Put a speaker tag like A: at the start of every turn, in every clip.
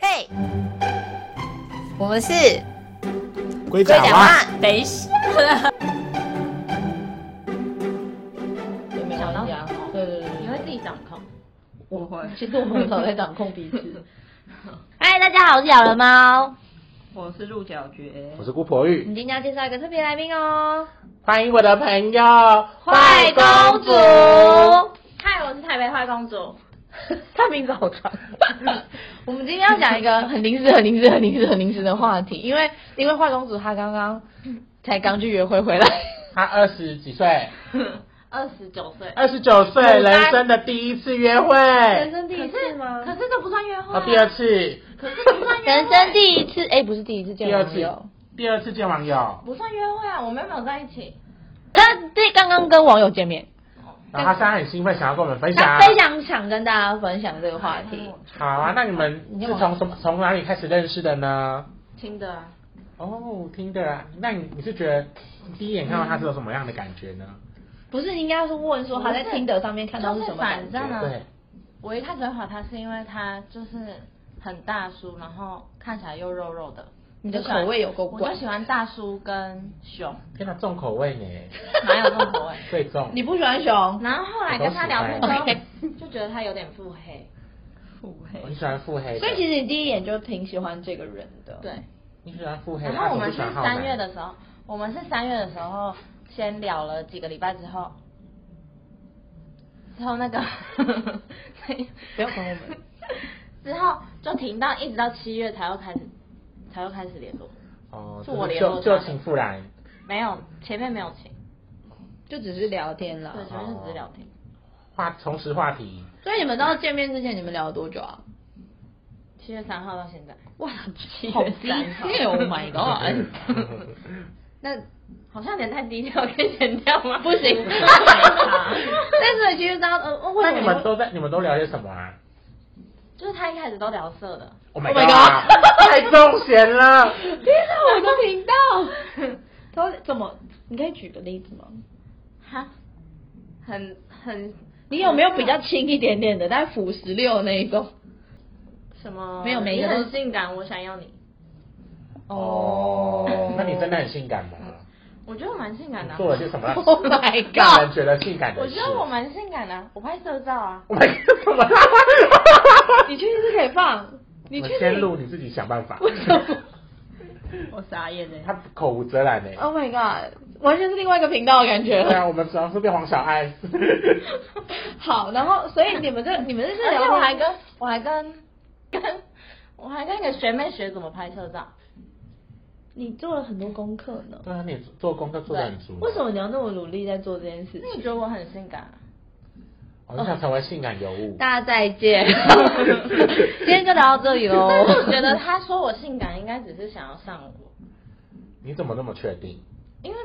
A: 对，我们是
B: 龟
A: 龟
B: 甲
A: 甲
B: 蛙，
A: 蛙。
C: 等一下，
D: 对，没
C: 想到
D: 关系啊
C: 掌控。
D: 对对对，对
C: 你会自己掌控。
D: 我会，其实我们很少在掌控彼 此。
A: 嗨，大家好，我是咬了猫。
C: 我是鹿角蕨
B: 我是姑婆
A: 我
B: 玉
A: 们，今天要介绍一个特别来宾哦，
B: 欢迎我的朋友
A: 坏公主。
C: 嗨，我是台北坏公主。
D: 他名字好长。
A: 我
D: 我
A: 们
D: 们今
A: 今天
D: 天
A: 要
D: 要
A: 讲
D: 讲一
A: 一个
D: 个很临时、很临时、很临时、很临时的话题，因为因为坏公主她刚刚才刚去约会回来，
B: 她二十几岁，
C: 二十九岁，
B: 二十九岁，
D: 牡丹
B: 人生的第一次约会，
D: 人生第一次吗？
C: 可是这不算约会、
B: 啊，第二次，
C: 可是不算约会，啊
A: 人生第一次，哎、不是第一次见
B: 第二
A: 网
B: 次
A: 友，，
B: 第二次见网友，
C: 不算约会啊，我们又没有在一起。
A: 他对刚刚跟网友见面，
B: 然后她现在很兴奋，想要跟我们分享
A: 他。非常想跟大家分享这个话题。
B: 好啊，那你们是从什么从哪里开始认识的呢？
C: 听的、啊，
B: 哦，听的啊，那你你是觉得第一眼看到他是有什么样的感觉呢？
A: 不是应该是问说他在
C: 不是
A: 听得上面看到
C: 就
A: 是
C: 是
A: 什么感
C: 反
A: 觉？
C: 正啊，
B: 对，
C: 我一开始会滑他是因为他就是很大叔，然后看起来又肉肉的。
A: 你的
C: 我喜欢
A: 口味有够怪
C: 我就喜欢大叔跟熊，
B: 天哪，重口 味呢，
C: 哪有这种 口味？
B: 最重。
A: 你不喜欢熊？
C: 然后后来跟他聊天
B: 我都喜
C: 之后，就觉得他有点腹黑。腹
B: 我喜欢腹黑的，
A: 所以其实你第一眼就挺喜欢这个人的。
C: 对。
B: 你喜欢腹黑的，
A: 啊
C: 然后我们
B: 不
C: 是
B: 喜欢浩
C: 三
B: 南
C: 月的时候，我们是三月的时候先聊了几个礼拜之后，之后那个
A: 不要管我们，
C: 之后就停到一直到七月才又开始才又开始联络，
B: 哦，
C: 是
B: 就
C: 我联
B: 就
C: 络
B: 就
C: 他的
B: 请傅然，
C: 没有前面没有请，
A: 就只是聊天啦
C: 对，。前面就只是聊天，
A: 哦
B: 话重拾话题，
A: 所以你们到见面之前，你们聊了多久啊？
C: 七月三号到现在，
A: 哇，
C: 好
A: 好
C: 低
A: 低
C: 调
A: 调！Oh my god！那
C: 好像有点太低调，可以剪掉吗？
A: 不 行
C: 没 差
A: 但是其实大家呃，为
B: 那
A: 什
B: 你
A: 么
B: 们都在你们都聊些什么啊
C: 就是他一开始都聊色的，
B: ？Oh
A: my
B: god！太 重咸 了，
A: 天哪，我都 听到。他怎么？你可以举个例子吗？
C: 哈，很很
A: 你有没有比较轻一点点的，在腐十六那一种？
C: 什么？
A: 没有每
C: 你
A: 一个都
C: 很性感，我想要你。
A: 哦，
B: 那你真的很性感 吗？
C: 我觉得我蛮性感的啊、
B: 做了些什么
A: Oh my
B: 让人
A: god！
B: 觉得性感的
C: 我
B: 事
C: 觉？得我 蛮性感的啊、我拍色照啊。
B: Oh my god！怎么啦？
A: 你确定是可以放？你
B: 我
A: 确
B: 先
A: 定
B: 录，你自己想办法。
A: 为什么
C: 我傻眼
A: 欸
C: 了
B: 他口无遮拦呢。
A: ？Oh my god！完全是另外一个频道的感觉
B: 对
A: 了。
B: 啊，我们主要是被黄小爱。
A: 好，然后所以你们这你们这是
C: 而且
A: 聊
C: 我还跟我还跟跟我还跟一个学妹学怎么拍摄照，
A: 你做了很多功课呢，
B: 对啊，你做功课做的很足。
A: 为什么？你要那么努力在做这件事
C: 那你
A: 情？
C: 觉得我很性感、啊？
B: 我哦想成为性感尤物。
A: 大家再 见，今天就聊到这里喽。
C: 但是 我觉得他说我性感，应该只是想要上我，
B: 你怎么那么确定？
C: 因为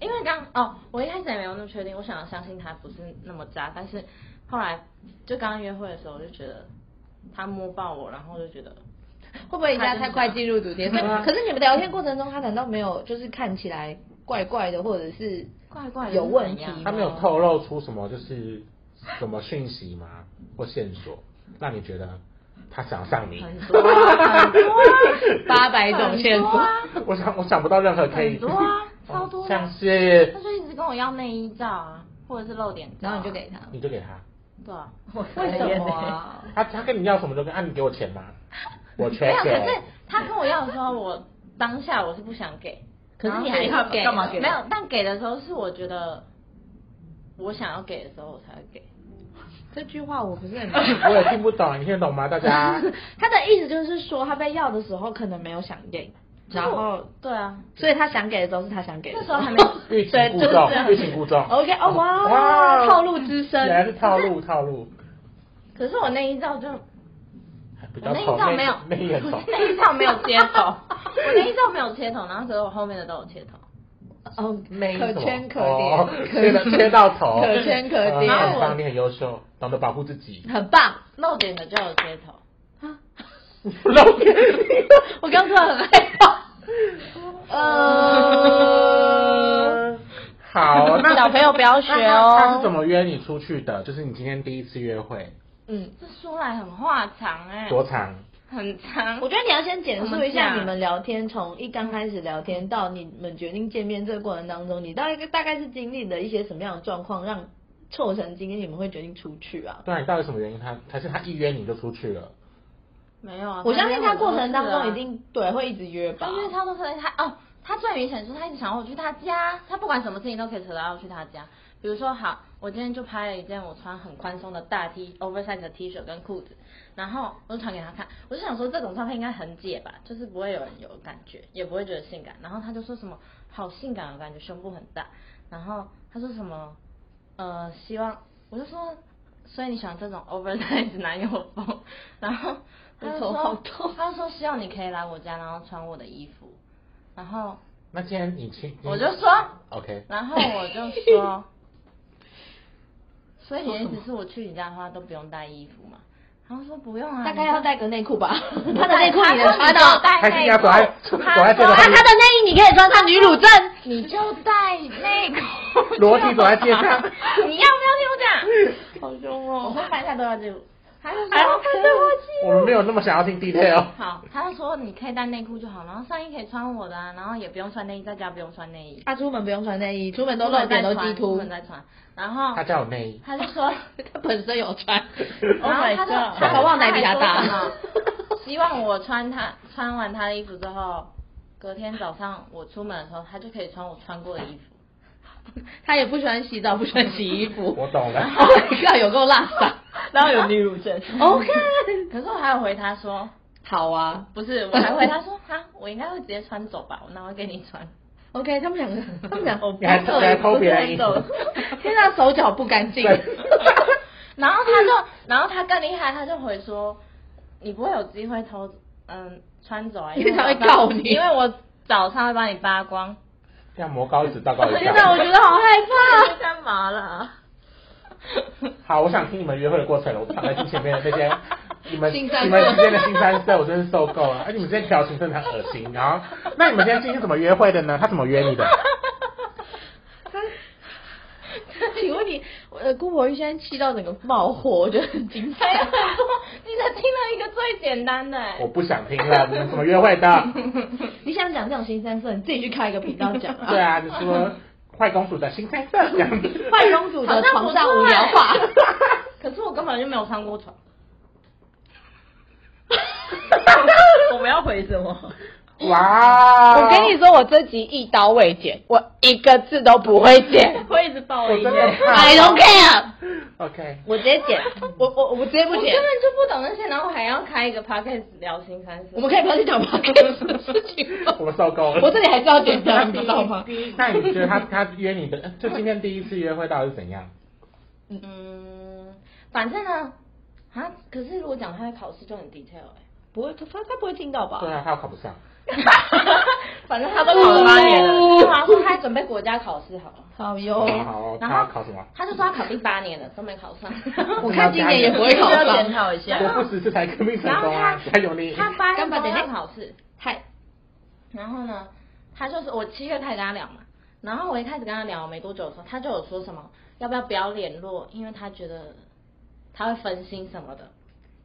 C: 因为刚哦，我一开始也没有那么确定，我想要相信他不是那么渣，但是后来就刚刚约会的时候，我就觉得他摸爆我，然后我就觉得
A: 会不会人家太快进入主题？所以可是你们聊天过程中，他难道没有就是看起来怪怪的，或者是
C: 怪怪的
A: 有问题
C: 是怎样
B: 他没有透露出什么就是什么讯息吗？或线索让你觉得他想上你？
C: 很多啊很多啊
A: 八百种线
C: 很多
A: 索？
C: 啊
B: 我想我想不到任何可以哦
C: 很多 啊，超多的啊、
B: 像是
C: 他就一直跟我要内衣照啊，或者是露点照啊、
A: 然后你就给他，
B: 你就给他，
C: 对啊，
A: 为什么啊？
B: 他他跟你要什么就跟，啊你给我 钱吗？我
C: 没
B: 缺
C: 有，可是
B: 钱。
C: 他跟我要的时候，我当下我是不想给，
A: 可是你还是
C: 然后
A: 给了
C: 没有，但给的时候是我觉得我想要给的时候我才会给，
A: 这句话我不是很明白
B: 我也听不懂，你听得懂吗？大 家
A: 他的意思就是说，他被要的时候可能没有想给，然后
C: 对啊，
A: 所以他想给的时候是他想给的，
C: 那时候还 没有
B: 欲擒
A: 对
B: 故
A: 就是
B: 纵
A: 这，样
B: 欲擒故纵。
A: OK，哦哇
B: 哇
A: 套路之深
B: 原来是套路套路，
C: 可是我内衣照就我
B: 比较
C: 内衣
B: 丑
C: 照没有，
B: 内内衣很
C: 我
B: 丑，
C: 内衣照没有切 头，我内衣照没有切头，然后可是我后面的都有切头。
A: 哦，
B: 没
A: 可
B: 什么
A: 圈可
B: 哦
A: 点，
B: 切到切到头，
A: 可圈可点
B: 呃很棒，你很优秀，懂得保护自己。
A: 很棒。
C: 露点的就有接头。
B: 露脸，
A: 我刚突然很害 怕。呃，
B: 好，哦那
A: 小朋友不要学哦
B: 那他他是怎么约你出去的？就是你今天第一次约会
A: 嗯，
C: 这说来很话长哎、
B: 多长？
C: 很长。
A: 我觉得你要先简述一
C: 怎么
A: 下
C: 讲
A: 你们聊天，从一刚开始聊天到你们决定见面这个过程当中，你大概大概是经历了一些什么样的状况，让凑成今天你们会决定出去啊？
B: 对啊，你到底什么原因？他还是他一约你就出去了？
C: 没有啊，
A: 我相信他
C: 他
A: 过程当中一定对会一直约吧
C: 啊他，因为超多次，他哦，他最明显就是他一直想要我去他家，他不管什么事情都可以扯到我去他家。比如说，好，我今天就拍了一件我穿很宽松的大 T、oversize 的 T 恤跟裤子，然后我就传给他看，我就想说这种照片应该很解吧，就是不会有人有感觉，也不会觉得性感。然后他就说什么好性感，我感觉胸部很大。然后他说什么呃，希望我就说，所以你喜欢这种 oversize 男友风，然后他就
A: 我头好
C: 说
A: 痛
C: 他就说希望你可以来我家，然后穿我的衣服，然后
B: 那既然你去，
C: 我就说
B: OK，
C: 然后我就说，所以你的意思是我去你家的话都不用带衣服嘛？然后说不用啊，
A: 大
C: 你
A: 概
C: 就
A: 要带个内裤 吧，他的内裤你能
C: 他
A: 穿
C: 说
A: 到
C: 你就，带
B: 还是你要
C: 内裤
B: 躲在 躲在这个
C: 他
B: 后
C: 说
B: 面，
A: 他的内衣你可以穿上女乳阵。
C: 你就带内裤
B: 裸体走在街上
C: 你要不 要听我讲？
A: 好凶
C: 我
A: 哦！
C: 说翻一下都要记录，他就
B: 哎
C: 说
A: 还要翻对话记
B: 我们没有那么想要听 detail。
C: 好，他就说你可以带内裤就好，然后上衣可以穿我的、啊，然后也不用穿内衣，在家不用穿内衣，
A: 他出门不用穿内衣，出门
C: 出
A: 都露
C: 门
A: 点
C: 再
A: 都
C: 穿
A: 鸡
C: 出
A: 突
C: 门，再穿，然后
B: 他家有内衣，
C: 他就 说，
A: 他本身有 穿。
C: 然后他就
A: Oh god
C: 他
A: 他搞不好奶比他
C: 他
A: 大
C: 还说什 么希望我穿他穿完他的衣服之后，隔天早上我出门的时候，他就可以穿我穿过的衣服。
A: 他也不喜欢洗澡，不喜欢洗衣服。
B: 我懂了
A: Oh my god，有够辣嗓，然后有女乳症。OK，
C: 可是我还有回他说，
A: 好啊
C: 不是，我还回他说，哈，我应该会直接穿走吧，我哪会给你穿？
A: ，OK，他们两个，他们两个
B: 你还你还偷别人衣服
A: 天上手脚不干净。
B: 对
C: 然后他 就，然后他更厉害，他就回说，你不会有机会偷，嗯，穿走啊，
A: 因为
C: 我
A: 他会
C: 早上
A: 告你
C: 因为我早上会把你扒光。
B: 这样魔高一尺，道高一
A: 天哪，
B: 丈。
A: 我觉得好害怕。
C: 干嘛啦？
B: 好，我想听你们约会的过程，我不想再听前面的那些你们
A: 新三
B: 你们
A: 色
B: 之间的新三色，我真是受够了。哎而且你们之间表情真的很恶心。然后，那你们今天今天怎么约会的呢？他怎么约 你的？
A: 请问你，呃，姑婆玉现在气到整个冒火，我觉得很精
C: 还有
A: 彩
C: 很。多，你才听了一个最简单的、欸
B: 我不想听了，你们怎么约会 的？
A: 你想讲这种新三色，你自己去开一个频道讲啊。
B: 对啊，就说坏公主的新三色这样子。
A: 坏公主的床上无聊
C: 好
A: 法
C: 像。可是我根本就没有穿过床。我们要回什 么？
B: 哇！
D: 我跟你，说，我这集一刀未剪，我一个字都不会剪
C: 会一直爆
B: 哎我
C: 音
B: 真的
C: 欸
B: 怕。
D: ，I don't care，
B: OK，
D: 我直接 剪，我我我直接不
C: 我根
D: 剪。
C: 本就不懂那些，然后还要开一个 podcast 聊新三色。
A: 我们可以不要去讲 p o d c 的事情吗？
B: 我受够了。
D: 我这里还是要剪掉，你知道吗？
B: 那你觉得他他约你的，就今天第一次约会到底是怎样？
C: 嗯，反正呢，啊，可是如果讲他的考试就很 detail 哎、
A: 不会，他他不会听到吧？
B: 对啊，他又考不上。
C: 反正他都考了八年了，他好像说他还准备国家考试好了。
A: 好
B: 好
D: 哦
A: 哟，
B: 哦好，
C: 然
B: 他要
C: 后
B: 考什么？
C: 他就说他考第八年了，都没考上。
A: 我看今年也不会考
B: 要
A: 上。
B: 国父十次才革命成
C: 然后
B: 功啊！
C: 他
B: 加油你！
C: 他八月
A: 干巴
C: 中
A: 爹
C: 要考试，
A: 太
C: 然后呢，他就是我七月开始跟他聊嘛，然后我一开始跟他聊没多久的时候，他就有说什么要不要不要联络，因为他觉得他会分心什么的，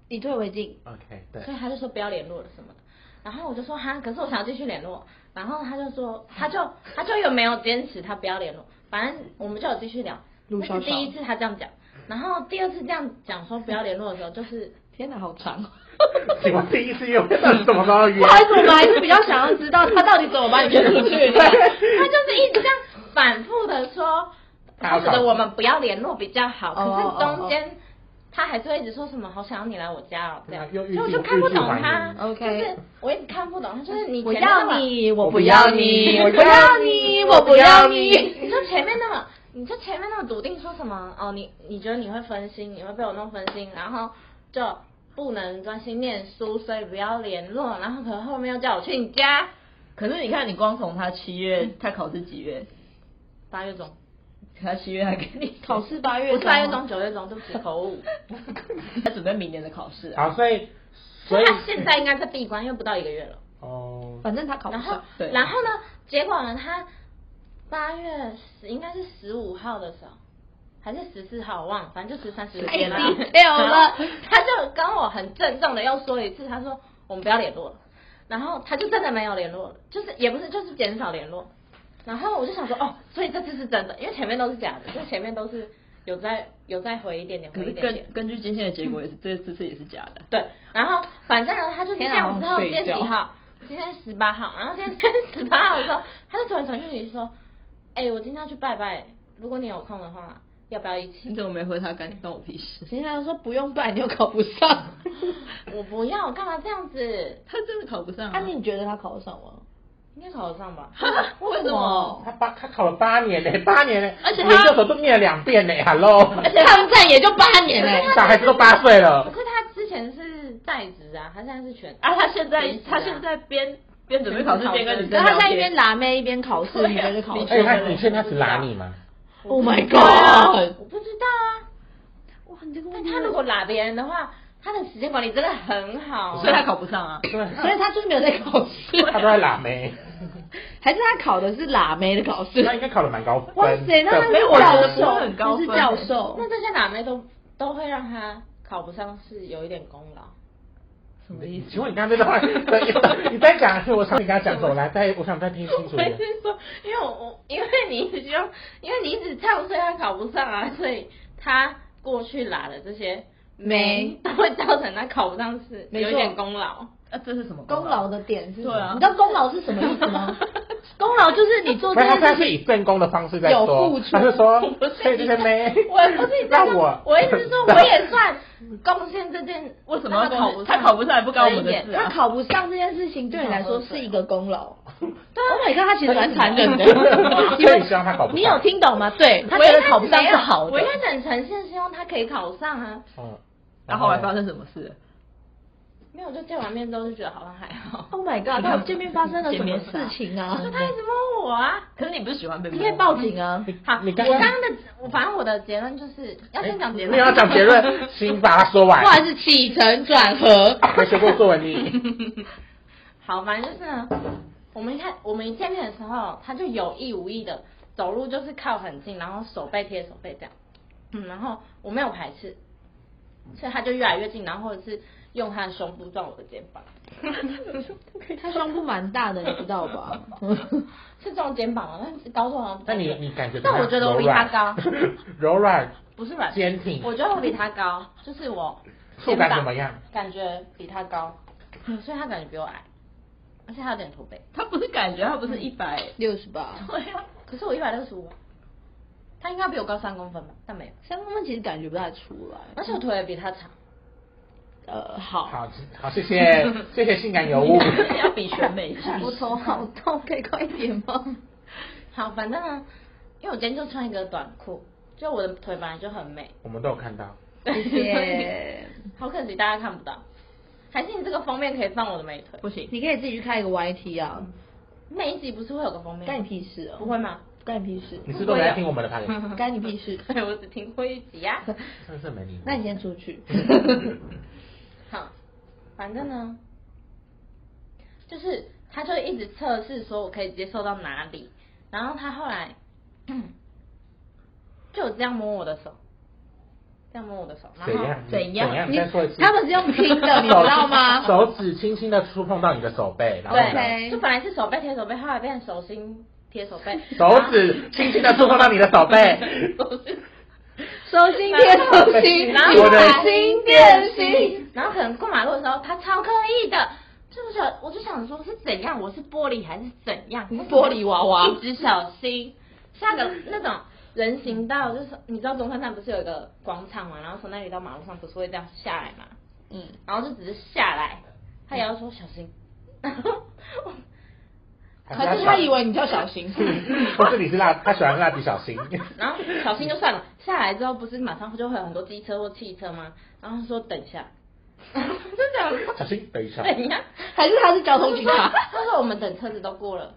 A: 以退为进。
B: OK，对
C: 所，以他就说不要联络了什么的。然后我就说哈，可是我想要继续联络。然后他就说，
A: 嗯
C: 他就他就有没有坚持他不要联络，反正我们就有继续聊。
A: 陆
C: 那
A: 小
C: 是
A: 小
C: 第一次他这样讲，然后第二次这样讲说不要联络的时候， 就是
A: 天哪，好长哦。
B: 请问第一次约会到底什么时候约
A: 不？好意思，我们还是比较想要知道他到底怎么把你约出去的。
C: 他就是一直这样反复的说，
B: 他要
C: 他
B: 考
C: 觉得我们不要联络比较好。
A: 哦
C: 可
A: 哦
C: 是中间他还是会一直说什么好想要你来我家哦，这样，
B: 又
C: 所
B: 欲
C: 以我
B: 拒
C: 就看不
B: 欲拒
C: 懂
B: 还
C: 他
B: 迎。
A: OK
C: 就是我一直看不懂，他就是你
A: 我
C: 前面那
A: 要
C: 么，
A: 你，
B: 我不
A: 我不
B: 要
A: 要
B: 你
A: 你，
B: 我
A: 我
B: 不
A: 不
B: 要
A: 要
B: 你
A: 你，
B: 我
A: 我
B: 不
A: 不
B: 要
A: 要
B: 你
A: 你。
C: 你就前面那么，你就前面那么笃定说什么哦，你你觉得你会分心，你会被我弄分心，然后就不能专心念书，所以不要联络，然后可能后面又叫我去你家，
E: 可是你看，你光从他七月，他考试几月？
C: 八月中，
E: 他七月还给你
A: 考，试八月
C: 不
A: 中，啊
C: 是八月中九月中，对不起口误。
E: 他准备明年的考试啊。
B: 好，所以所以
C: 他现在应该在闭关，又不到一个月了。
B: 哦，
A: 反正他考不
C: 然后
A: 上。，
E: 对
C: 然后呢？结果呢？他八月十应该是十五号的时候，还是十四号，我忘了，反正就十三十四
A: 太
C: 天啦
A: detail 了
C: 他就跟我很郑重的又说一次，他说我们不要联络了，然后他就真的没有联络了，就是也不是就是减少联络，然后我就想说哦，所以这次是真的，因为前面都是假的，就前面都是有在有在回一点点，
E: 可
C: 回
E: 是
C: 一点点
E: 根。根据今天的结果也是，这这次也是假的。
C: 对，然后反正呢，他就是这样之后，今
E: 天哪啊
C: 天几号？今天十八号，然后今天今天十八号的时候，他就突然传讯息说：“哎、我今天要去拜拜，如果你有空的话，要不要一
E: 你
C: 起
E: 怎么没回他？干关我屁事。
A: 其实他说不用拜，你又考不上。？”
C: 我不要，干嘛这样子？
E: 他真的考不上啊
A: 啊那、你觉得他考得上吗？
C: 应该考得上吧？
E: 为什么？
B: 他八他考了八年嘞，八年嘞，
E: 而且他
B: 研究所都念了两遍嘞，Hello，
D: 而且抗战也就八年嘞、
B: 小孩子都八岁
C: 可
B: 了，
C: 是他之前是在职啊，他现在是全
E: 啊，他现在
C: 全职啊
E: 他现在边边准备考试边跟女
A: 可
E: 生
A: 是他
E: 聊
A: 在一边
E: 天。
A: 拉妹一边考试，你觉得考
E: 你
A: 得
E: 觉
B: 而
A: 上
E: 得
B: 且哎
A: 吗
B: 他你确定他只拉你吗？
A: 啊？Oh my
C: 我
A: god！
C: 不知道啊。
A: 哇，你这个
C: 但他如果拉别人的话，他的时间管理真的很好、
E: 所以他考不上啊，
B: 对，
A: 所以他就是没有在考试，
B: 他都在拉妹，
A: 还是他考的是拉妹的考试
B: 他？应该考得蛮高分的。啊
A: 哇塞，那他是
E: 没有我觉得不
A: 教
E: 会
A: 授，
E: 很高
A: 他是
E: 分
A: 教授
C: 那。这些辣妹都都会让他考不上，是有一点功劳。
E: 什么意思？
B: 请问你刚才那段话，你再讲一次，我想你刚才讲什么？我来再，我想再听清楚一
C: 我
B: 点
C: 是。说，因为我我因为你一直用，因为你一直唱，所以他考不上啊，所以他过去拉的这些
A: 没
C: 都会造成他考不上是
A: 没
C: 有
A: 错
C: 一点功劳。
E: 啊，这是什么
A: 功劳？的点是什么？
E: 对啊
A: 你知道功劳是什么意思吗？功劳就是你做
B: 不
A: 这
B: 是，他现
A: 件
B: 在
A: 事
B: 是
A: 情。
B: 以正宫的方式在
A: 有
B: 说
A: 付，出
B: 他是说
C: 不是，
B: 所以这些妹，
C: 我不是在
B: 让
C: 说，
B: 我，。
C: 我意思是说我也算贡献这 件，
E: 为什么要
C: 让他
E: 考
C: 考
E: 不上？他考
C: 不上？
E: 不上也不关我们的
C: 这一点
E: 事
A: 他
E: 啊。
A: 考不上这件事情对你来说是一个功劳。Oh my god，他其实蛮残忍的
B: 所以你希望他考不上
A: 你有听懂吗？对他
C: 我
A: 觉
C: 一
A: 得
C: 开始
A: 考不上
C: 没
A: 是
C: 有
A: 好
C: 我
A: 的
C: 一。开始很呈现，希望他可以考上啊。
B: 嗯，
E: 然后后来发生什么事了？
C: 没有，就见完面之后就觉得好像还好。
E: 哦
A: Oh my god，他们见面发生了什
E: 见
A: 么
E: 面是吧
A: 事情啊？
C: 就他一直摸我啊。
E: 可是你不是喜欢被
A: 你
E: 摸？
A: 可以报警啊！
C: 好，
B: 你
C: 我
B: 刚
C: 刚
B: 刚哎
C: 刚的，我反正我的结论就是要先讲结
B: 你
C: 论。
B: 要讲结 论，请把它说完
A: 不。然是起承转合。
B: 没学过作文你，
C: 好，反正就是呢，我们一看我们一见面的时候，他就有意无意的走路就是靠很近，然后手背贴手背这样，嗯，然后我没有排斥，所以他就越来越近，然后或者是用他的胸部撞我的肩 膀，
A: 他胸部蛮大的，你知道吧？
C: 是撞肩膀吗？但是高度好像不太
B: 那你
C: 对
B: 你感觉怎
C: 但
B: 么样？
C: 我觉得我比他高，
B: 柔软， 柔软
C: 不是软，
B: 坚挺，
C: 我觉得我比他高，就是我
B: 触感怎么样？
C: 感觉比他高，嗯，所以他感觉比我矮，而且他有点驼 背。
E: 他不是感觉，他不是一百，
A: 六十八，
C: 对啊，可是我一百六十五，他应该比我高三公分吧？但没有，
A: 三公分其实感觉不太出来。
C: 而且我腿也比他长。
A: 呃，好，
B: 好，好，谢谢，谢谢性感尤物。
E: 要比选美是不
A: 我
E: 是
A: 头好痛，可以快一点吗？
C: 好，反正呢，因为我今天就穿一个短裤，就我的腿本来就很美，
B: 我们都有看到，
A: 谢谢。
C: 好可惜大家看不到。还是你这个封面可以放我的美腿？
E: 不行，
A: 你可以自己去开一个 YT 啊，
C: 每一集不是会有个封面吗？啊
A: 干你屁事哦！
C: 嗯不会吗？
A: 干你屁事！
B: 你是都没在听我们的 p o
A: 干你屁事！
C: 对，我只听过一集呀、啊。
B: 真是没礼貌。
A: 那你先出 去。
C: 好，反正呢，就是他就一直测试说我可以接受到哪里，然后他后来 就有这样摸我的手，这样摸我的手，然
B: 怎
C: 后
B: 样？
E: 怎
B: 怎
E: 样
B: 样？
A: 你
B: 再说一次。
A: 他们是用听的，你知 道吗？
B: 手指轻轻的触碰到你的手背，然后呢
A: OK
C: 对，就本来是手背贴手背，后来变成手心贴手背，
B: 手指轻轻的触碰到你的手背，
C: 手心
A: 手心贴手心，
C: 然 后
B: 我的
A: 手心电心。
C: 然后可能过马路的时候，他超刻意的，就是我就想说是怎样，我是玻璃还是怎样？
A: 你是嗯玻璃娃娃
C: 一直小心。下个那种人行道，就是你知道中山站不是有一个广场嘛，然后从那里到马路上不是会这样下来嘛，
A: 嗯，
C: 然后就只是下来，他也要说小心。 然后我
A: 可是他以为你叫小 新，
B: 或是你是蜡，他喜欢蜡笔小新。
C: 然后小心就算了，下来之后不是马上就会有很多机车或汽车吗？然后他说等一 下，就这样，
B: 小心，等一下。
C: 等一下。
A: 还是他是交通警察？
C: 他说我们等车子都过了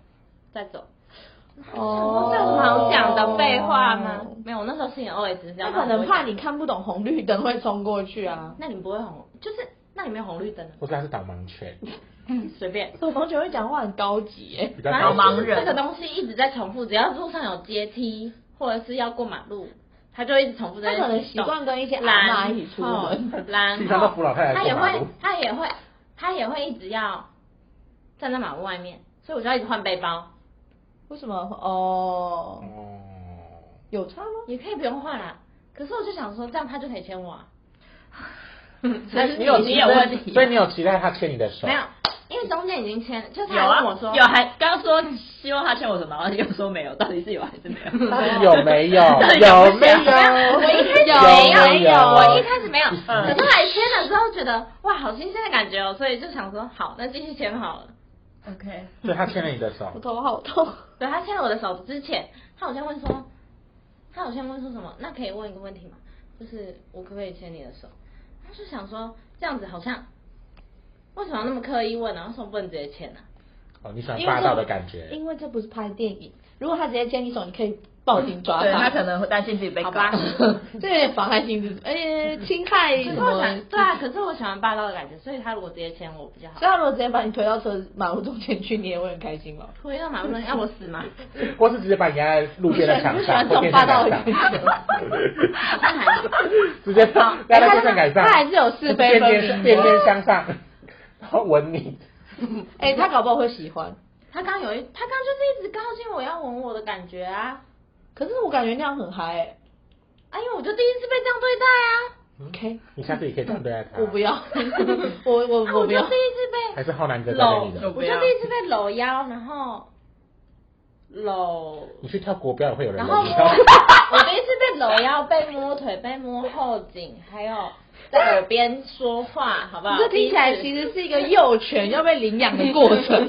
C: 再走。
A: 哦
C: 这有什么好讲的废话吗？没有，我那时候心里 OS 是这
A: 他
C: 样。
A: 哦可能怕你。看不懂红绿灯会冲过去啊。
C: 那你不会红，就是那里没有红绿灯啊，
B: 我说他是导盲犬，
C: 嗯，随便。
A: 我同学会讲话很高级耶、
B: 比较
C: 反
E: 导
C: 正
E: 盲
C: 就是
E: 人
C: 这个东西一直在重复，只要路上有阶梯或者是要过马路，他就一直重复在那
A: 他可
C: 边
A: 能
C: 洗
A: 习惯
C: 手
A: 跟一些阿
C: 然
A: 嬷一起出
C: 后
A: 门
C: 然
B: 地上啊都扶
C: 后
B: 老太太过
C: 他啊也
B: 马
C: 会
B: 路，
C: 他也会，他也会一直要站在马路外面，所以我就要一直换背包。
A: 为什么？哦，
B: 哦，
A: 有差吗？
C: 也可以不用换啦。可是我就想说，这样他就可以牵我啊。
E: 所以
C: 你有你有问题啊
E: 啊
B: 所以你有期待他牵你的手？
C: 没有，因为中间已经牵，就是
E: 有
C: 他还
E: 啊
C: 跟我说，，
E: 有还刚说希望他牵我手，然后又说没有，到底是有还是没有？
B: 到底 有没 有？
E: 到底有
B: 有
E: 没
B: 没
E: 有
B: 有？
C: 我一开
B: 有
C: 始没有，我一开始没有，
B: 嗯
C: 可是来牵了之后觉得哇，好新鲜的感觉哦，所以就想说好，那继续牵好了。
E: OK，
B: 所以他牵了你的手
A: 我，头好痛。
C: 对他牵了我的手之前，他好像问说，他好像问说什么？那可以问一个问题吗？就是我可不可以牵你的手？他就想说这样子好像为什么要那么刻意问呢、为什么不能直接牵呢、
B: 哦，你喜欢
A: 因为
B: 霸
A: 这
B: 道的感觉，
A: 因为这不是拍电影，如果他直接牵你手，你可以报警抓
E: 对他可能会担心自己被
C: 好
E: 告。
C: 吧
A: 这有点妨害性自主，哎、侵害
C: 可
A: 什
C: 是我
A: 么
C: 想，？对啊，可是我喜欢霸道的感觉，所以他如果直接牵我比较好
A: 所以。他如果直接把你推到车马路中间去，你也会很开心吗？
C: 推到马路上要我死吗？
B: 或是直接把你压在路边的墙上，
A: 你
B: 或
A: 喜
B: 电
A: 欢这种霸
B: 线
A: 道
B: 杆
A: 的
B: 上，
C: 像还好
B: 直接压在电线杆上，
A: 他还是有是非
B: 电
A: 分
B: 电
A: 明
B: 电线箱上，然后吻你，
A: 哎、他搞不好会喜欢，
C: 他刚有一，他刚就是一直告诉我要吻我的感觉啊
A: 可是我感觉那样很嗨、欸。
C: 啊，因为我就第一次被这样对待啊，
A: OK，
B: 你下次也可以这样对待他。
A: 我不要， 我我
C: 啊
A: 我
C: 我
A: 不
C: 就
A: 要。
C: 第一次
B: 还
C: 被
B: 是浩南哥带给
C: 搂
B: 你，
E: 我
B: 的。
E: 不
C: 我
E: 要
C: 就第一次被搂腰，然后搂，
B: 你去跳国标也会有人
C: 然
B: 来
C: 后摸，
B: 跳。
C: 我第一次被搂腰，被摸腿，被摸后颈，还有在耳边说话，好不好？
A: 这听起来
C: 第一次
A: 其实是一个幼犬要被领养的过程。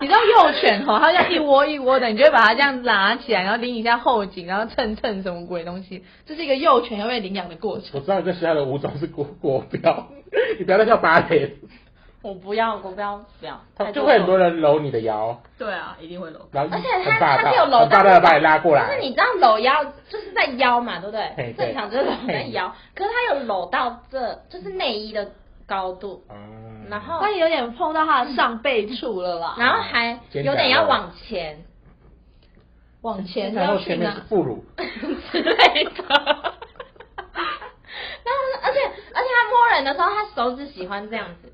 A: 你知道幼犬吼，它这样一窝一窝的，你就会把它这样拉起来，然后拎一下后颈，然后蹭蹭什么鬼东西，这是一个幼犬要被领养的过程。
B: 我知道你在学校的舞种是国国标， 你不要再跳芭蕾，
C: 我不要，我不要，不要，
B: 他
C: 太
B: 就会很多
C: 做作
B: 人搂你的腰，
E: 对啊，一定会搂。
B: 然后
C: 而且他
B: 很霸
C: 他
B: 道，
C: 是有搂
B: 很霸道的把你拉过
C: 可是你
B: 来。哎
C: 知道搂腰就是在腰嘛，对不对
B: 嘿？
C: 正常就是搂在
B: 哎
C: 腰，可是他有搂到这，就是内衣的高度，
B: 嗯
C: 然后
A: 它有点碰到它的上背处了啦，
C: 然后还
B: 肩
C: 有
B: 胛
C: 点要
B: 肉
C: 往前
A: 往前
B: 然
A: 要
B: 后
A: 去
B: 前面是
A: 哪？
B: 副乳，
C: 之类的。然后而且而且他摸人的时候，他手指喜欢这样子，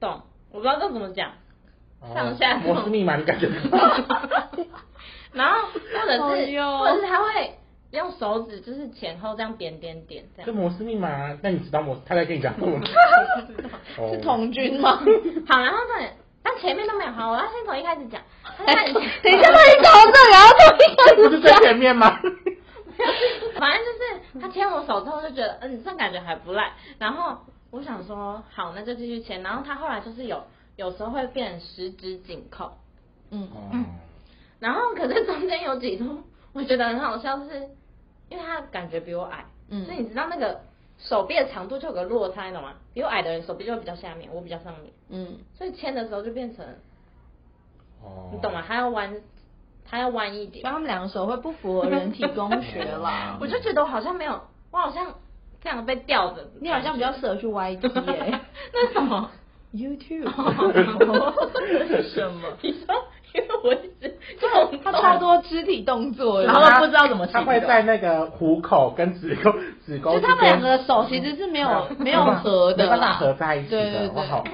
C: 懂？我不知道这怎么讲。 上下
B: 哦摩斯密码你感觉不到
C: 然后或者
A: 哎
C: 是、
A: 呦
C: 或者是他会用手指就是前后这样点点点这
B: 这
C: 样。
B: 摩斯密码，那你知道摩他在跟你讲什么吗？哦
A: 是童军吗？
C: 好，然后呢？但前面都没有好，我要先从一开始讲。他在
A: 哎等一下，他一朝这，然后
B: 这不是在前面吗？
C: 反正就是他牵我手之后就觉得，嗯，这感觉还不赖。然后我想说，好，那就继续牵。然后他后来就是有有时候会变十指紧扣，
A: 嗯，
B: 哦
C: 然后可是中间有几度我觉得很好笑是，因为他感觉比我矮，
A: 嗯
C: 所以你知道那个手臂的长度就有个落差，你懂吗？比我矮的人手臂就会比较下面，我比较上面，
A: 嗯，
C: 所以牵的时候就变成，
B: 哦
C: 你懂吗？他要弯，他要弯一点
A: 所以。他们两个手会不符合人体工学
C: 。
A: 啦
C: 我就觉得我好像没有，我好像这样被吊着。
A: 你好像比较适合去 YT 耶、
C: 那是什么？
A: YouTube，
E: 什么？
C: 你说，因为我一直
A: 对，他超多肢体动作的，
E: 然后不知道怎么起
B: 他会在那个虎口跟子宫子宫
A: 就
B: 之
A: 他
B: 间，
A: 们两个手哦其实是 没有没有合的
B: 哦没办法
A: 啦，
B: 合在一起
A: 对对
B: 的，我好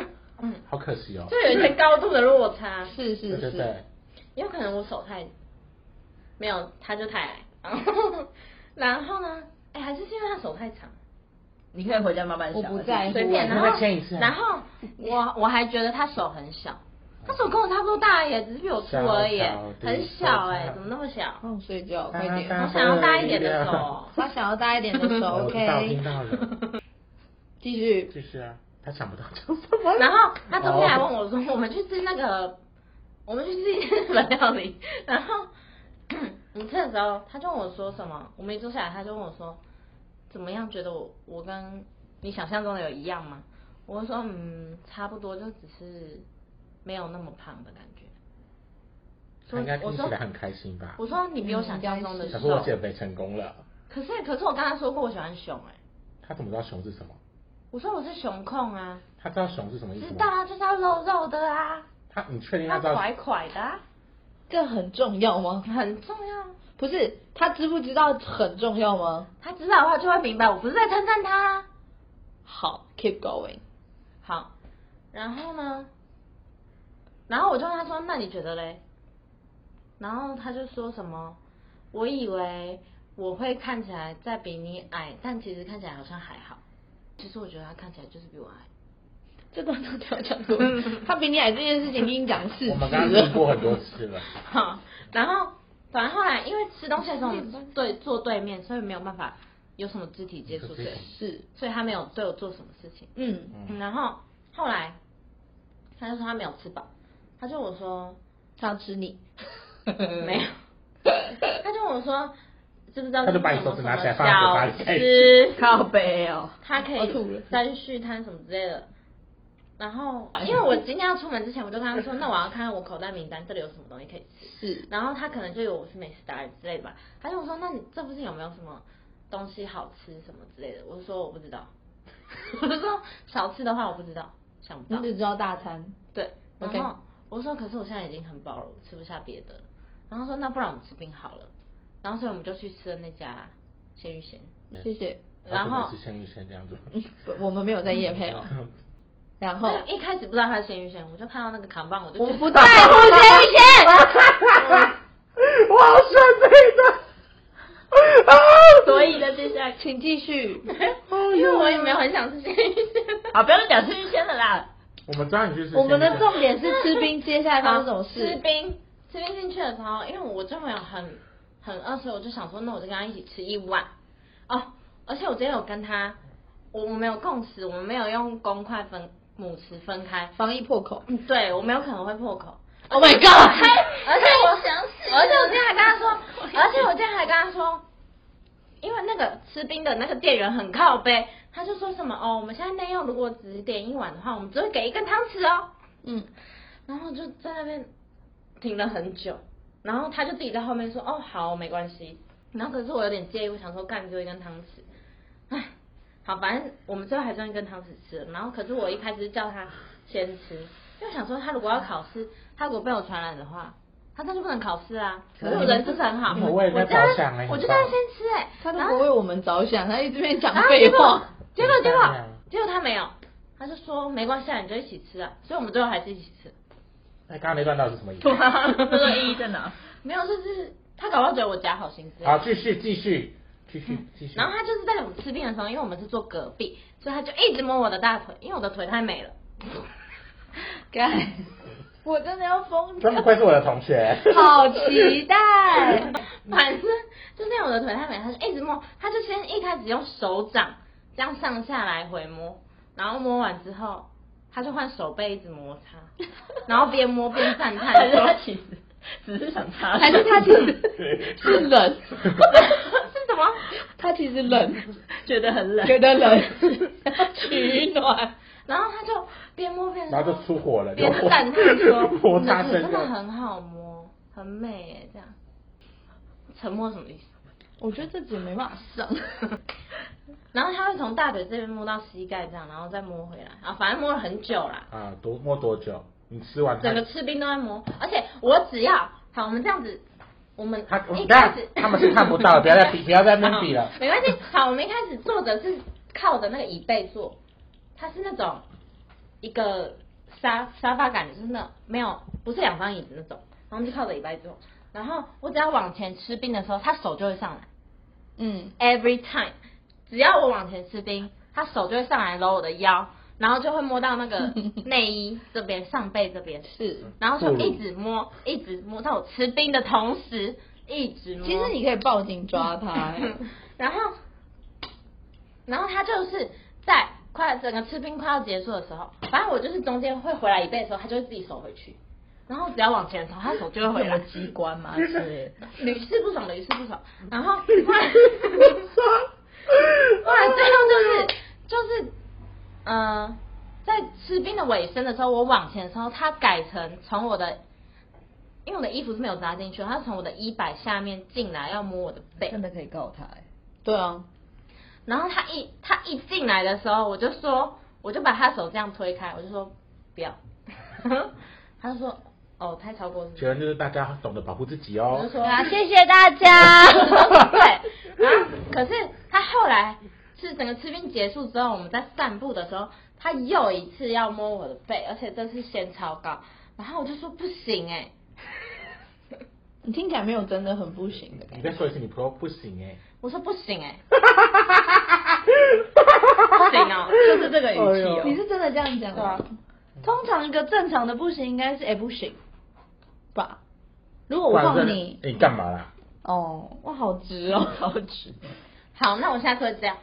A: 对，
B: 好可惜哦。
C: 就有一些高度的落差，
A: 是是
B: 对对对
A: 是，，
C: 也有可能我手太没有，他就太矮。然后然后呢？哎，还是是因为他手太长，
E: 你可以回家慢慢想。
D: 啊
A: 我不在乎
C: 随便。然
B: 那再牵一次
C: 后
B: 啊
C: 然后我我还觉得他手很小，他手跟我差不多大耶，只是比我粗而已
B: 小小的，
C: 很小哎
B: 小，
C: 怎么那么小？
A: 嗯，睡觉快点，
C: 我想要大一点的手。
A: 他想要大一点的手
B: 哦我知道，
A: ，OK，
B: 听到了，
A: 继续。
B: 就是啊，他想不到讲什 么。
C: 然后他中间还问我说：“我们去吃那个，我们去吃一间日本料理。” 然后我们吃的时候，他就问我说什么？我们一坐下来，他就问我说：“怎么样？觉得我我跟你想象中的有一样吗？”我就说：“嗯，差不多，就只是没有那么胖的感觉。”
B: 他应该听
C: 我
B: 起
C: 说
B: 来很开心吧？
C: 我说你比我想象中的
A: 嗯应
B: 想
C: 瘦
B: 说，我减肥成功了，
C: 可是可是我刚才说过我喜欢熊哎、
B: 他怎么知道熊是什么？
C: 我说我是熊控啊，
B: 他知道熊是什么意思
C: 知道
B: 吗？
C: 啊，就是要肉肉的啊，
B: 他，你确定
C: 要
B: 他知道？
C: 块块的、啊。
A: 这很重要吗？
C: 很重要。
D: 不是他知不知道很重要吗？
C: 他知道的话就会明白，我不是在称赞他啊。
D: 好，keep going。
C: 好，然后呢？然后我就问他说：“那你觉得嘞？”然后他就说什么：“我以为我会看起来再比你矮，但其实看起来好像还好。其实我觉得他看起来就是比我矮。
D: 这段都没有讲过，他比你矮这件事情已经讲四次
B: 我
D: 了。
B: 们刚刚听过很多次了，
C: 好，然后反正后来因为吃东西的时候我们对坐对面，所以没有办法有什么肢体接触，对，
D: 是，
C: 所以他没有对我做什么事情。
D: 嗯，
B: 嗯
C: 然后后来他就说他没有吃饱，他就我 说
D: 他要吃你，
C: 没有，他就问我说，知不知道
B: 他就
C: 什
B: 把你
C: 么
B: 手
C: 什
B: 指
C: 么
B: 拿起来放在嘴巴里
C: 小
B: 开始
C: 吃，
E: 靠背哦，
C: 他可
D: 我吐了
C: 以再去续摊什么之类的。然后，因为我今天要出门之前，我就跟他说，那我要看看我口袋名单，这里有什么东西可以吃。
D: 是
C: 然后他可能就有我是美食达人之类的吧，他就说，那你这附近有没有什么东西好吃什么之类的？我就说我不知道， 我就说少吃的话我不知道，想不
D: 你
C: 到。
D: 只知道大餐，
C: 对，然
D: OK
C: 后我说可是我现在已经很饱了，我吃不下别的了。然后说那不然我们吃冰好了。然后所以我们就去吃了那家鲜芋仙。
D: 谢谢。
C: 然后
B: 是签一签这样 子，
D: 不我们没有在夜配哦。
B: 嗯
D: 然 后
C: 一开始不知道它是鲜芋仙，我就看到那个扛棒，我就
D: 我
C: 觉得
D: 不在乎这一切。
B: 我好想这个，啊！
D: 嗯
C: 所以呢，接下来，
D: 请继 续。
C: 因为 我也没有很想吃鲜芋仙。
E: 好，不要再讲吃鱼鲜了啦。
B: 我们抓你去吃。
D: 我们的重点是吃冰，接下来发生什么
C: 吃
D: 事？
C: 冰，吃冰进去的时候，因为我就没有很很饿，所以我就想说，那我就跟他一起吃一碗。哦，而且我今天有跟他，我我没有共识，我们没有用公筷分母匙分开。
D: 防疫破口。
C: 嗯，对我没有可能会破口。
D: Oh my god！
C: 而且我想死，而且我今天还跟 他说，而且我今天还跟他说，因为那个吃冰的那个店员很靠背，他就说什么哦，我们现在内用如果只点一碗的话，我们只会给一根汤匙哦。
D: 嗯，
C: 然后就在那边停了很久，然后他就自己在后面说哦好没关系，然后可是我有点介意，我想说干给我一根汤匙，唉，好反正我们最后还是用一根汤匙吃了，然后可是我一开始叫他先吃，因为我想说他如果要考试，他如果被我传染的话。他那就不能考试啊！可是我人是很好，
B: 你
C: 我
B: 很为人家
C: 叫他
B: 着想欸
C: 我
B: 你
C: 就
B: 知
C: 叫
B: 道
C: 他
B: 吗
C: 先吃哎、
D: 他都
C: 然后
D: 不为我们着
C: 啊
D: 想，他一直边讲
C: 然后
D: 废
C: 结
D: 话
C: 果。结果结
B: 当
C: 果
B: 然
C: 结果他没有，他就说没关系啊，你就一起吃啊，所以我们最后还是一起吃。
B: 那哎刚刚那段到底是 什么意思？
C: 啊
E: 这个意义在哪？
C: 没有，就是他搞不好觉得我假好心之类的
B: 好，继续继续继续继续。
C: 嗯然后他就是在我们吃冰的时候，因为我们是坐隔壁，所以他就一直摸我的大腿，因为我的腿太美了。
D: 干， 我真的要疯掉
B: 真不！愧是我的同学。
D: 好期待。
E: 嗯
C: 反正就是因为我的腿太美，他就一直摸，他就先一开始用手掌这样上下来回摸，然后摸完之后，他就换手背一直摩 擦，然后边摸边赞叹
E: 还是
C: 说
E: 他其实只是想插？
D: 还是他其 实是 冷，
C: 是什么？
D: 他其实 冷，
E: 觉得很冷？
D: 觉得冷，取暖。
C: 然后他就边摸边 说，
B: 然后就出火了，
C: 边赞叹说，
B: 摩
C: 你
B: 擦
C: 的腿
B: 声
C: 真的很好摸，很美耶，这样。沉默什么意思？
D: 我觉得这集没办法 上。
C: 然后他会从大腿这边摸到膝盖这样，然后再摸回来，啊，反正摸了很久啦，
B: 啊，多摸多久？你吃完它
C: 整个吃冰都在摸，而且我只要好，我们这样子，我们
B: 他
C: 一
B: 等
C: 开
B: 下
C: 始
B: 他们是看不到的，不要再比，不要再闷比了
C: 。没关系，好，我们一开始坐着是靠着那个椅背坐，它是那种一个沙沙发感，就是那种没有不是两张椅子那种，然后我们就靠着椅背坐，然后我只要往前吃冰的时候，他手就会上来。
D: 嗯，
C: every time，只要我往前吃冰，他手就会上来搂我的腰，然后就会摸到那个内衣这边、上背这边，
D: 是。
C: 然后
E: 嗯
C: 就
B: 副乳
C: 一直摸，一直摸到我吃冰的同时，一直摸。
D: 其实你可以报警抓 他、欸
C: 然后，然后他就是在快整个吃冰快要结束的时候，反正我就是中间会回来一倍的时候，他就会自己手回去，然后只要往前走，他手就会回
E: 有
C: 来。
E: 机关吗？之类的。
C: 屡试不爽，屡试不爽。然 后后来， 后来
A: 哦
C: 最 后就是就是，呃，在吃冰的尾声的时候，我往前的时候，他改成从我的，因为我的衣服是没有扎进去的，他从我的衣摆下面进来要摸我的背，
E: 真的可以告他哎、
D: 对啊，
C: 然后他一他一进来的时候，我就 说，我就把他手这样推开，我就说不要，他就说哦哦，太超过是不
B: 结
C: 是？
B: 论就是大家懂得保护自己哦
C: 就。说
A: 对啊，谢谢大 家。
C: 对啊，可是他后来是整个吃冰结束之后，我们在散步的时候，他又一次要摸我的背，而且这次先超高，然后我就说不行哎、
A: 你听起来没有真的很不行的感
B: 你
A: 觉。
B: 再说一次，你婆婆不行哎、
C: 我说不行 哎、不行哦、
D: 就是这个语
B: 哎
D: 气哦、
A: 你是真的这样讲
C: 对啊
A: 吗？通常一个正常的不行应该是哎不行吧？如果
B: 不
A: 哦我
B: 然
A: 放
B: 真的
A: 你，
B: 哎你干嘛啦？
A: 哦，我好直哦，好直。
C: 好，那我下次会这样，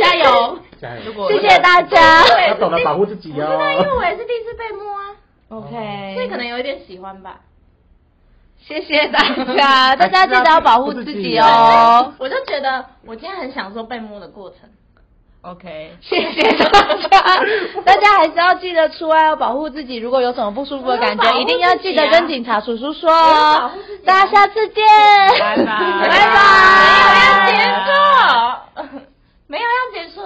A: 加油！
B: 加油！
D: 如果
A: 谢谢大家
B: 要懂得保护自己
C: 不是啊，因为
B: 哦。
C: 我也是第一次被摸啊，
A: OK，
C: 所以可能有一点喜欢吧。
A: 谢谢大家， 大家记得要保护自己哦
B: 好。
C: 我就觉得我今天很享受被摸的过程。
D: OK，
A: 谢谢大家，大家还是要记得出外要保护自己。如果有什么不舒服的感
C: 我有保
A: 觉，
C: 护
A: 一定要记
C: 自己
A: 得
C: 啊
A: 跟警察叔叔说
C: 我有保
A: 哦
C: 护自己。啊
A: 大家下次见，
D: 拜拜
A: 拜
C: 没有
A: 拜。
C: 要结束，没有要结束，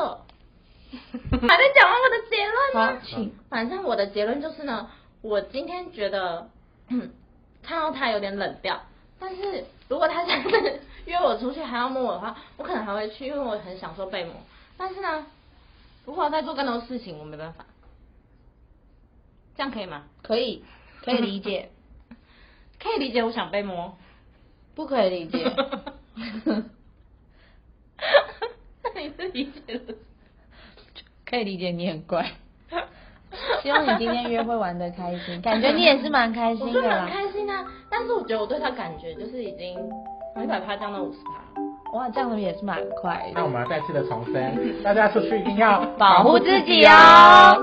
C: 还没讲完我的结论呢。
A: 请
C: 反正我的结论就是呢，我今天觉得 嗯看到他有点冷掉，但是如果他下次约我出去还要摸我的话，我可能还会去，因为我很享受被摸。但是呢，如果要再做更多事情，我没办法。这样可以吗？
A: 可以，可以理解，
C: 可以理解我想被摸。
A: 不可以理 解。
C: 那你是理解的。
A: 可以理解你很怪。希望你今天约会玩的开心，感觉你也是蛮开
C: 我
A: 心
C: 就
A: 的
C: 蛮
A: 啦。
C: 开心的、啊，但是我觉得我对他感觉就是已经从一百趴降到五十趴。
A: 哇，这样子也是蛮快
B: 那
A: 的
B: 我。们再次的重申，大家出去一定要
A: 保护自己哦。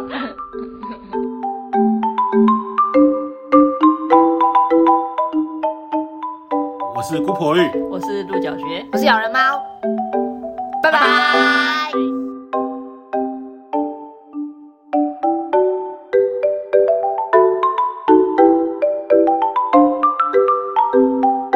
F: 我是姑婆玉。
D: 我是鹿角蕨。
A: 我是咬人猫，